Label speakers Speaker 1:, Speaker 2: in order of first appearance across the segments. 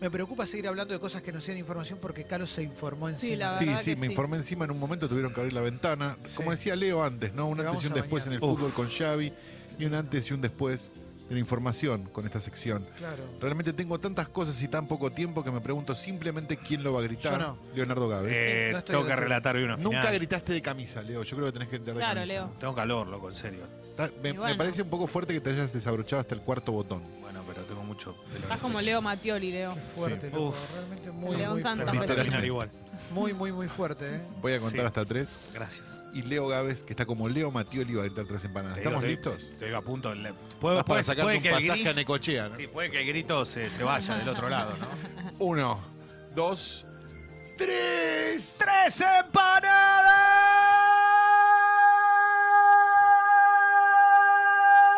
Speaker 1: Me preocupa seguir hablando de cosas que no sean información porque Carlos se informó encima.
Speaker 2: la
Speaker 3: Sí,
Speaker 2: verdad
Speaker 3: sí,
Speaker 2: que
Speaker 3: me
Speaker 2: sí.
Speaker 3: informé encima en un momento, tuvieron que abrir la ventana.
Speaker 1: Sí.
Speaker 3: Como decía Leo antes, ¿no? Un
Speaker 1: Te
Speaker 3: antes
Speaker 1: vamos
Speaker 3: y un
Speaker 1: a
Speaker 3: después en
Speaker 1: bañar.
Speaker 3: el fútbol con Xavi y un antes y un después en la información con esta sección.
Speaker 1: Claro.
Speaker 3: Realmente tengo tantas cosas y tan poco tiempo que me pregunto simplemente quién lo va a gritar.
Speaker 1: Yo no.
Speaker 3: Leonardo Gávez.
Speaker 4: Eh,
Speaker 1: Sí, no estoy
Speaker 4: tengo que
Speaker 1: debatiendo.
Speaker 4: relatar hoy una
Speaker 3: Nunca
Speaker 4: final.
Speaker 3: gritaste de camisa, Leo. Yo creo que tenés que gritar de
Speaker 2: Claro,
Speaker 3: camisa.
Speaker 2: Leo.
Speaker 4: Tengo calor, loco, en serio.
Speaker 3: Está- me,
Speaker 2: Igual
Speaker 3: me
Speaker 2: no.
Speaker 3: parece un poco fuerte que te hayas desabrochado hasta el cuarto botón.
Speaker 4: Bueno, pero tengo mucho pelo.
Speaker 2: Estás como Leo Mattioli, Leo.
Speaker 1: Fuerte, loco.
Speaker 4: Uf.
Speaker 1: Realmente muy,
Speaker 2: León
Speaker 1: muy
Speaker 2: Santos
Speaker 4: Perdiste
Speaker 3: recién.
Speaker 1: fuerte.
Speaker 4: el final igual.
Speaker 1: Muy, muy, muy fuerte, ¿eh?
Speaker 3: Voy a contar
Speaker 4: Sí.
Speaker 3: hasta tres.
Speaker 4: Gracias.
Speaker 3: Y Leo Gávez, que está como Leo Matioli, va a gritar tres empanadas. ¿Estamos
Speaker 4: Te digo,
Speaker 3: listos?
Speaker 4: te- Te digo a punto. Le-
Speaker 3: Vas
Speaker 4: Puedo,
Speaker 3: para
Speaker 4: puede,
Speaker 3: sacarte
Speaker 4: puede
Speaker 3: un
Speaker 4: que el
Speaker 3: pasaje a
Speaker 4: grito,
Speaker 3: Necochea. ¿no?
Speaker 4: sí, puede que el grito se, se vaya del otro lado, ¿no?
Speaker 3: Uno, dos, tres.
Speaker 4: ¡Tres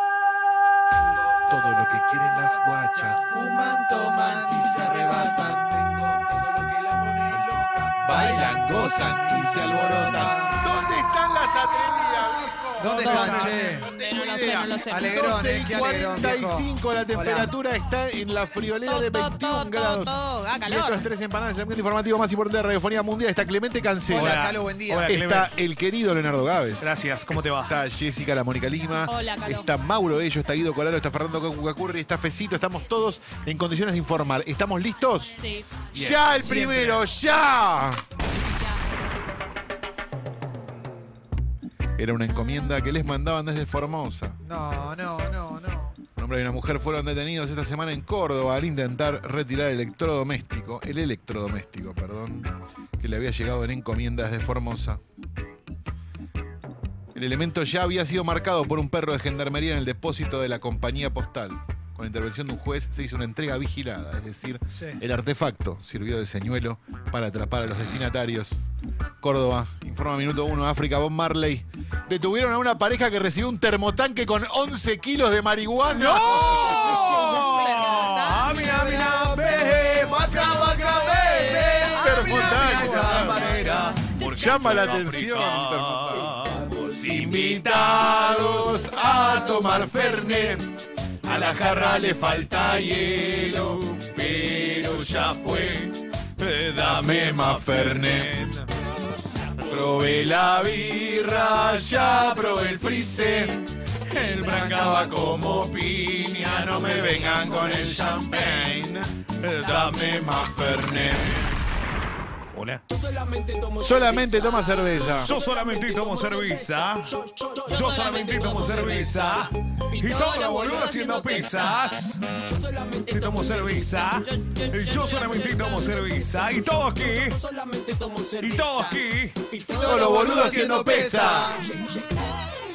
Speaker 4: empanadas!
Speaker 3: Todo lo que quieren las guachas.
Speaker 1: Fuman, toman y se
Speaker 3: Bailan, gozan y se alborotan. ¿Dónde están las atrevidas, viejo?
Speaker 1: ¿Dónde
Speaker 2: No,
Speaker 1: están,
Speaker 2: no,
Speaker 1: che?
Speaker 2: no, no
Speaker 3: tengo
Speaker 2: lo sé,
Speaker 3: idea.
Speaker 2: no lo sé.
Speaker 1: Ale- Alegrón,
Speaker 3: 12
Speaker 1: eh,
Speaker 3: y
Speaker 1: qué alegrón,
Speaker 3: 45, la temperatura está en la friolera de
Speaker 2: To, to, to,
Speaker 3: 21
Speaker 2: to,
Speaker 3: grados.
Speaker 2: to. Ah, calor.
Speaker 3: Estos tres empanadas, el segmento informativo más importante de Radiofonía Mundial. Está Clemente Cancela.
Speaker 1: Hola, Calo, buen día.
Speaker 4: Hola,
Speaker 3: Está
Speaker 4: Clemen.
Speaker 3: el querido Leonardo Gávez.
Speaker 4: Gracias, ¿cómo te va?
Speaker 3: Está Jessica, la Mónica Lima.
Speaker 2: Hola, Calo.
Speaker 3: está Mauro Ello, está Guido Coralo, está Fernando Cucacurri, está Fecito. Estamos todos en condiciones de informar. ¿Estamos listos?
Speaker 2: Sí,
Speaker 4: Bien.
Speaker 3: ¡Ya el
Speaker 1: Siempre.
Speaker 3: primero!
Speaker 2: ya.
Speaker 3: ¡Ya! Era una encomienda que les mandaban desde Formosa.
Speaker 1: No, no, no, no.
Speaker 3: Un hombre y una mujer fueron detenidos esta semana en Córdoba al intentar retirar el electrodoméstico, el electrodoméstico, perdón, que le había llegado en encomiendas de Formosa. El elemento ya había sido marcado por un perro de gendarmería en el depósito de la compañía postal. Con la intervención de un juez se hizo una entrega vigilada, es decir,
Speaker 1: Sí.
Speaker 3: el artefacto sirvió de señuelo para atrapar a los destinatarios. Córdoba, informa Minuto 1, África, Bob Marley. Detuvieron a una pareja que recibió un termotanque con 11 kilos de marihuana.
Speaker 1: Oh.
Speaker 2: Ah,
Speaker 4: ¡No! ¡Ami, ami, la veje! ¡Vaca, vaca, veje!
Speaker 3: Termotanque. Llama la atención. termotanque. Invitados a tomar Fernet. A la jarra le falta hielo, pero ya fue. Dame más Fernet. Probé la birra, ya probé el frise. El branca va como piña, no me vengan con el champagne. Dame más Fernet.
Speaker 4: Hola.
Speaker 3: Solamente toma cerveza.
Speaker 4: Yo solamente tomo cerveza. Yo solamente tomo cerveza. Y todo lo boludo haciendo pizzas. Yo tomo cerveza. Yo solamente tomo cerveza. Y todo aquí. Y todo aquí.
Speaker 3: Todo lo boludo haciendo pesa.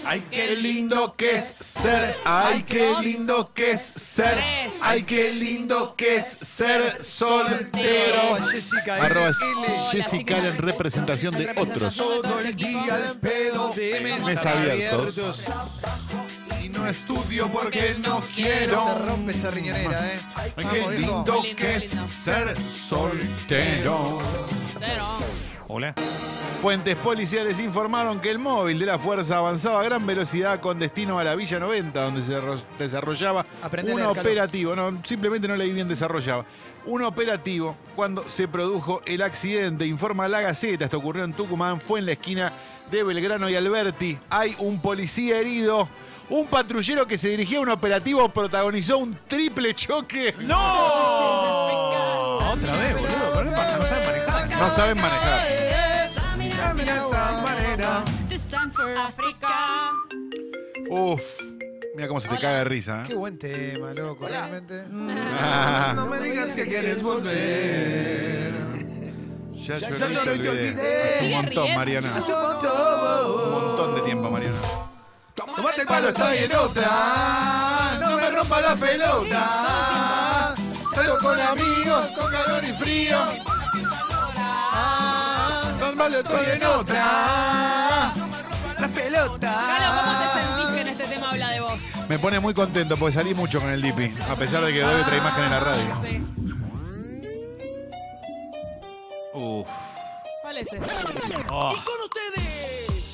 Speaker 4: Hay
Speaker 3: Qué lindo que es ser, ay qué lindo que es ser, ay qué lindo que es ser soltero.
Speaker 1: Arroba Jessica ¿eh?
Speaker 3: Arroba
Speaker 1: L.
Speaker 3: Jessica en representación de otros.
Speaker 1: Todo el día al pedo de mesas,
Speaker 3: Mesas abiertos.
Speaker 1: abiertos.
Speaker 3: Y no estudio porque no
Speaker 1: Se rompe esa riñonera, ¿eh?
Speaker 3: Ay,
Speaker 1: Vamos,
Speaker 3: qué
Speaker 1: viejo.
Speaker 3: lindo
Speaker 2: Muy lindo,
Speaker 3: que
Speaker 2: muy
Speaker 3: es
Speaker 2: lindo.
Speaker 3: ser soltero.
Speaker 2: Pero,
Speaker 4: Hola.
Speaker 3: Fuentes policiales informaron que el móvil de la fuerza avanzaba a gran velocidad con destino a la Villa 90, donde se ro- desarrollaba
Speaker 1: Aprendele,
Speaker 3: un
Speaker 1: Calo.
Speaker 3: operativo. No, simplemente no leí bien desarrollaba. Un operativo cuando se produjo el accidente, informa la Gaceta. Esto ocurrió en Tucumán, fue en la esquina de Belgrano y Alberti. Hay un policía herido. Un patrullero que se dirigía a un operativo protagonizó un triple choque.
Speaker 1: Oh.
Speaker 4: ¡No! Otra vez, boludo. Pero no pasa, no saben manejar.
Speaker 3: No saben manejar.
Speaker 5: This time for
Speaker 2: África.
Speaker 3: Uf, mira cómo se te caga de risa. ¿eh?
Speaker 1: Qué buen tema, loco, realmente.
Speaker 3: Ah.
Speaker 1: No me digas que quieres volver.
Speaker 3: Ya, yo
Speaker 4: ya
Speaker 3: no
Speaker 4: yo
Speaker 3: te
Speaker 4: no te
Speaker 3: olvidé.
Speaker 1: olvidé.
Speaker 3: Un
Speaker 2: Sigue
Speaker 3: montón,
Speaker 2: riendo.
Speaker 3: Mariana. Un montón de tiempo, Mariana.
Speaker 4: Tomate el
Speaker 1: Palo está en otra, no me rompa la pelota. Salgo con amigos, con calor y frío. Ah, tan malo estoy en otra. La
Speaker 2: Calo, ¿cómo te sentís
Speaker 1: pelota.
Speaker 2: que en este tema habla de vos?
Speaker 3: Me pone muy contento porque salí mucho con el Lipi, a pesar de que doy otra imagen en la radio.
Speaker 4: Uf.
Speaker 2: ¿Cuál es este? ese?
Speaker 4: Oh.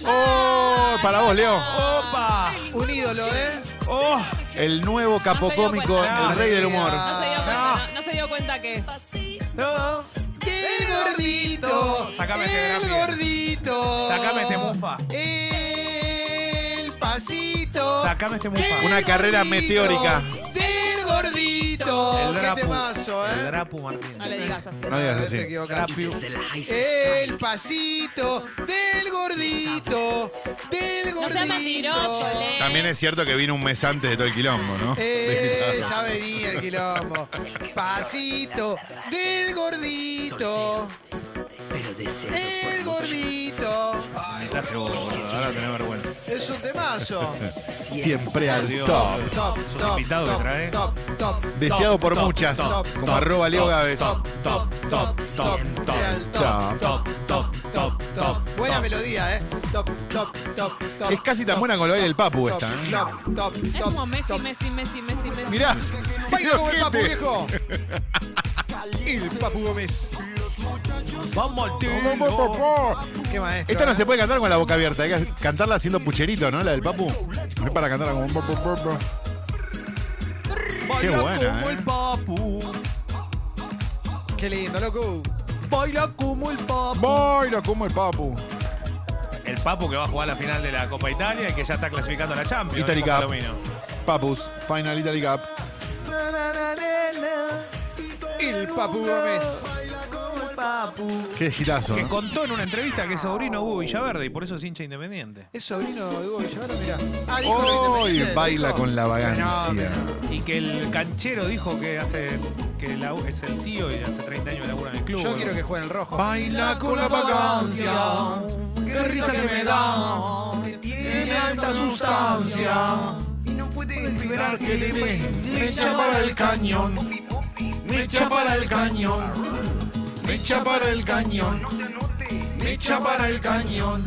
Speaker 3: ¡Oh! Para vos, Leo.
Speaker 4: ¡Opa!
Speaker 1: Un ídolo, ¿eh?
Speaker 4: ¡Oh!
Speaker 3: El nuevo
Speaker 2: No
Speaker 3: capocómico,
Speaker 2: se dio cuenta.
Speaker 3: el rey del humor.
Speaker 1: Ah.
Speaker 2: No se dio cuenta, no, no se se dio cuenta que es.
Speaker 4: No.
Speaker 1: El gordito.
Speaker 4: Sacame este
Speaker 1: El
Speaker 4: grafito.
Speaker 1: gordito.
Speaker 4: Sacame este mufa.
Speaker 1: El pasito.
Speaker 4: Sacame este mufa.
Speaker 1: del
Speaker 3: Una carrera meteórica.
Speaker 1: Del gordito.
Speaker 4: El
Speaker 1: Qué
Speaker 4: drapu.
Speaker 1: temazo,
Speaker 4: El
Speaker 1: eh.
Speaker 4: drapu Martín.
Speaker 2: No le digas así.
Speaker 3: No digas
Speaker 1: Te
Speaker 3: así.
Speaker 1: equivocás.
Speaker 4: Drapu.
Speaker 1: El pasito del gordito, del
Speaker 2: No seas mentiroso,
Speaker 1: gordito.
Speaker 2: Le.
Speaker 3: También es cierto que vino un mes antes de todo el quilombo, ¿no?
Speaker 1: Eh, ya venía el quilombo. Pasito del gordito,
Speaker 5: Pero deseo
Speaker 1: el gordito.
Speaker 4: Estás gordo, este ahora tenés vergüenza.
Speaker 1: Es un temazo.
Speaker 3: Siempre al
Speaker 4: Dios.
Speaker 3: top.
Speaker 1: Top, top,
Speaker 4: invitado que
Speaker 1: top,
Speaker 4: trae.
Speaker 1: top, top,
Speaker 3: Deseado
Speaker 4: Top,
Speaker 3: por
Speaker 4: top,
Speaker 3: muchas.
Speaker 4: top,
Speaker 3: como
Speaker 4: top,
Speaker 3: arroba Leo
Speaker 4: top,
Speaker 3: Gávez.
Speaker 4: Top, top, top, top, top,
Speaker 1: real top,
Speaker 3: Chao.
Speaker 4: top, top, top, top.
Speaker 1: Buena melodía, eh. Top, top, top, top.
Speaker 3: Es casi tan buena como lo baila el Papu esta. ¿eh?
Speaker 1: Top, top,
Speaker 2: Es como
Speaker 1: top,
Speaker 2: Messi,
Speaker 1: top.
Speaker 2: Messi, Messi, Messi, Messi.
Speaker 3: Mirá.
Speaker 1: Baila como el papu
Speaker 3: ojete.
Speaker 1: viejo. El papu Gómez.
Speaker 4: Vamos al
Speaker 3: Po, po,
Speaker 4: tiro.
Speaker 3: po.
Speaker 1: Qué maestro.
Speaker 3: Esta no
Speaker 1: eh.
Speaker 3: se puede cantar con la boca abierta, hay que cantarla haciendo pucherito, ¿no? La del papu. Es para cantarla como... po, po, po, po. Qué
Speaker 4: Baila
Speaker 3: buena,
Speaker 4: como
Speaker 3: eh.
Speaker 4: el papu.
Speaker 1: Qué lindo, loco.
Speaker 4: Baila como el papu.
Speaker 3: Baila como el papu.
Speaker 4: El papu que va a jugar la final de la Copa Italia y que ya está clasificando a la Champions.
Speaker 3: Italy
Speaker 4: dijo
Speaker 3: Cup.
Speaker 4: Palomino.
Speaker 3: Papus, Final Italy Cup.
Speaker 1: El Papu Gómez.
Speaker 3: Qué gitazo.
Speaker 4: Que contó en una entrevista que es sobrino Hugo Villaverde y por eso es hincha independiente.
Speaker 1: Es sobrino de Hugo Villavaro, mirá. Ah, dijo lo
Speaker 3: Hoy
Speaker 1: independiente,
Speaker 3: baila
Speaker 1: dijo.
Speaker 3: con la vagancia.
Speaker 1: Fenómeno.
Speaker 4: Y que el canchero dijo que hace que la- es el tío y hace 30 años labura en el club.
Speaker 1: Yo quiero que juegue en el rojo. Qué
Speaker 3: Baila
Speaker 1: risa que me da. Tiene alta sustancia.
Speaker 5: Y no puede
Speaker 3: Esperar que le dé.
Speaker 1: Me echa para el cañón.
Speaker 3: Me echa para el cañón. Me echa para el cañón.
Speaker 1: Me echa para el cañón.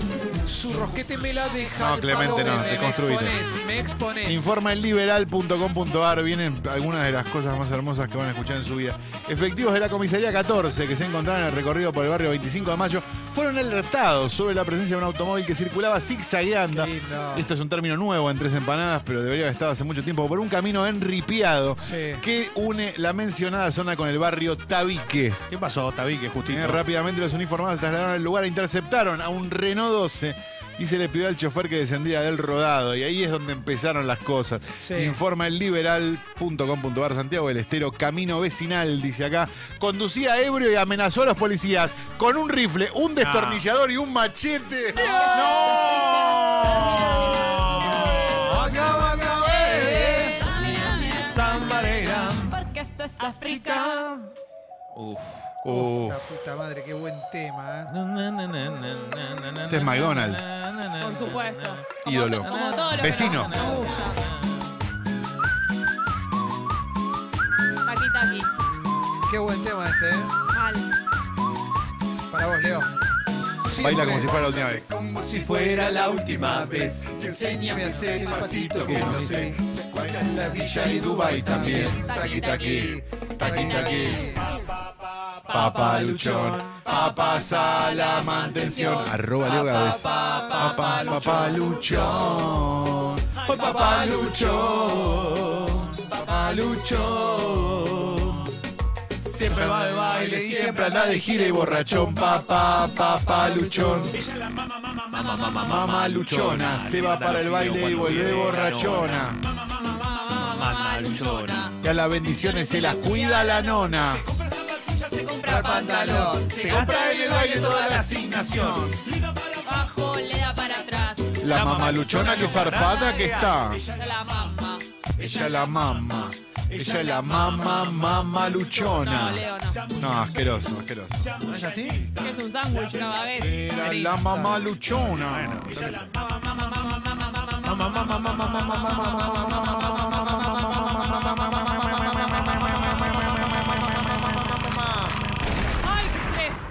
Speaker 1: Su rosquete me la deja.
Speaker 3: No,
Speaker 1: el
Speaker 3: Clemente,
Speaker 1: palo
Speaker 3: no,
Speaker 1: me-
Speaker 3: te construiste.
Speaker 1: Me expones, me expones.
Speaker 3: Informa en liberal.com.ar vienen algunas de las cosas más hermosas que van a escuchar en su vida. Efectivos de la comisaría 14 que se encontraron en el recorrido por el barrio 25 de Mayo fueron alertados sobre la presencia de un automóvil que circulaba zigzagueando.
Speaker 1: Qué lindo.
Speaker 3: Esto es un término nuevo en tres empanadas, pero debería haber estado hace mucho tiempo por un camino enripiado
Speaker 4: Sí.
Speaker 3: que une la mencionada zona con el barrio Tabique.
Speaker 4: ¿Qué pasó, Tabique, justito?
Speaker 3: Eh, rápidamente los uniformados se trasladaron al lugar, interceptaron a un Renault 12 y se le pidió al chofer que descendiera del rodado. Y ahí es donde empezaron las cosas.
Speaker 1: Sí.
Speaker 3: Informa el liberal.com.ar Santiago del Estero, camino vecinal, dice acá. Conducía ebrio y amenazó a los policías con un rifle,
Speaker 1: Ah.
Speaker 3: un destornillador y un machete.
Speaker 4: ¡Oh!
Speaker 1: Vaca, vaca, eh, eh.
Speaker 4: Zambarera.
Speaker 2: Porque esto es África.
Speaker 4: Uf.
Speaker 3: Uf.
Speaker 1: La puta madre, qué buen tema. eh.
Speaker 3: Este es McDonald's.
Speaker 2: Por supuesto. Como
Speaker 3: Ídolo.
Speaker 2: to- Como todo lo que
Speaker 3: Vecino.
Speaker 2: nos- nos gusta. Taqui, taqui.
Speaker 1: Qué buen tema este, eh.
Speaker 2: Mal.
Speaker 1: Para vos, Leo. Sí,
Speaker 3: Baila como
Speaker 1: porque-
Speaker 3: si fuera la última vez.
Speaker 1: Como si fuera la última vez. Enséñame a hacer el pasito que no sé. Se escucha en la villa y Dubai también. Taqui taqui, taqui taqui.
Speaker 3: Papá Luchón, papá la mantención. Arroba Leo Gávez. Papá, papá Luchón. Papá Luchón. Papá Luchón. Siempre va de baile, siempre anda de gira y borrachón. Papá, papá Luchón.
Speaker 2: Mamá, mamá, mamá.
Speaker 3: Mamá Luchona. Se va para el baile y vuelve borrachona.
Speaker 2: Mamá, mamá, mamá. Luchona.
Speaker 3: Y a las bendiciones se las cuida la nona.
Speaker 2: Compra pantalón.
Speaker 1: Se compra en el baile toda la
Speaker 3: asignación.
Speaker 2: Bajo, le da para atrás.
Speaker 3: La mamaluchona que zarpada que está.
Speaker 2: Ya la mamá.
Speaker 3: Ella la mama. Ella es la mama, mama
Speaker 2: No,
Speaker 3: luchona.
Speaker 2: Leo, no.
Speaker 3: No, asqueroso, asqueroso.
Speaker 4: ¿No es así?
Speaker 2: Que es un sándwich, una baguette.
Speaker 3: Era la mama luchona.
Speaker 2: Mamá, mamá, mamá, mamá, mamá, mamá.
Speaker 4: Mamá, mamá, mamá, mamá, mamá, mamá, mamá, mamá, mamá,
Speaker 2: Ay, qué estrés.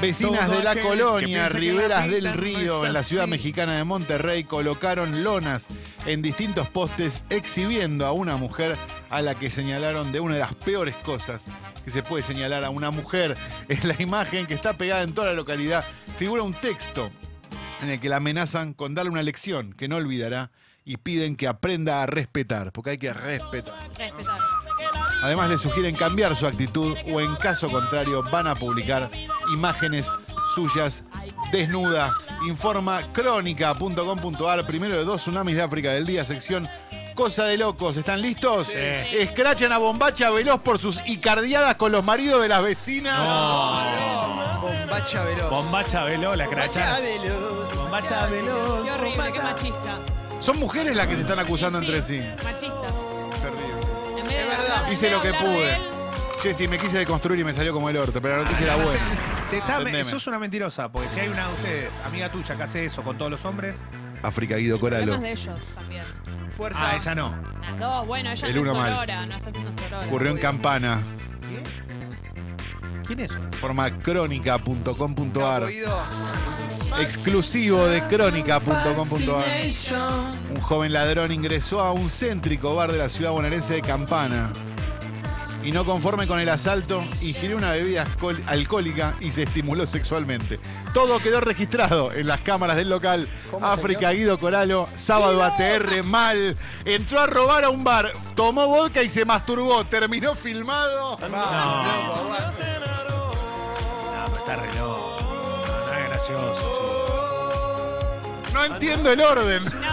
Speaker 3: Vecinas
Speaker 4: Todo
Speaker 3: de la
Speaker 4: aquel que
Speaker 3: colonia,
Speaker 4: piense que
Speaker 3: Riberas
Speaker 4: la
Speaker 3: del
Speaker 4: vida no es
Speaker 3: Río, en la
Speaker 4: así.
Speaker 3: ciudad mexicana de Monterrey, colocaron lonas en distintos postes exhibiendo a una mujer a la que señalaron de una de las peores cosas que se puede señalar a una mujer. En la imagen que está pegada en toda la localidad figura un texto en el que la amenazan con darle una lección que no olvidará y piden que aprenda a respetar, porque hay que respetar.
Speaker 2: Respetar.
Speaker 3: Además le sugieren cambiar su actitud o en caso contrario van a publicar imágenes suyas desnudas. Informa crónica.com.ar, primero de dos tsunamis de África del día, sección Cosa de Locos. ¿Están listos? Escrachan a bombacha veloz por sus icardiadas con los maridos de las vecinas.
Speaker 5: Bombacha veloz.
Speaker 4: Bombacha veloz, la
Speaker 5: Bombacha
Speaker 4: crachada.
Speaker 5: veloz.
Speaker 4: Bombacha veloz.
Speaker 2: Qué horrible, qué machista.
Speaker 3: Son mujeres las que se están acusando entre sí.
Speaker 2: Machistas.
Speaker 3: Terrible.
Speaker 2: En vez de
Speaker 5: Es verdad.
Speaker 2: hablar- en
Speaker 3: Hice
Speaker 2: vez
Speaker 3: lo
Speaker 2: de
Speaker 3: que
Speaker 2: hablar de
Speaker 3: pude.
Speaker 2: él,
Speaker 3: Jessy, me quise deconstruir y me salió como el orto, pero la noticia era buena.
Speaker 4: Te está-
Speaker 3: Entendeme.
Speaker 4: sos una mentirosa, porque si hay una de ustedes, amiga tuya, que hace eso con todos los hombres.
Speaker 3: África Guido
Speaker 2: Problemas
Speaker 3: Coralo.
Speaker 2: de ellos también.
Speaker 5: Fuerza.
Speaker 4: Ah, ella no.
Speaker 2: Las dos, bueno, ella
Speaker 3: El
Speaker 2: no
Speaker 3: uno
Speaker 2: es
Speaker 3: mal.
Speaker 2: sorora, no está haciendo sorora.
Speaker 3: Ocurrió en Campana.
Speaker 4: ¿Quién es? Ah,
Speaker 3: Forma crónica.com.ar.
Speaker 5: Oído.
Speaker 3: Exclusivo de crónica.com.ar. Un joven ladrón ingresó a un céntrico bar de la ciudad bonaerense de Campana. Y no conforme con el asalto, ingirió una bebida alcohol- alcohólica y se estimuló sexualmente. Todo quedó registrado en las cámaras del local. África Guido Coralo, sábado ATR mal. Entró a robar a un bar, tomó vodka y se masturbó. Terminó filmado.
Speaker 5: Vamos, loco, aguante.
Speaker 4: No, pero está re loco. No, no es gracioso.
Speaker 3: No entiendo el orden.
Speaker 2: No,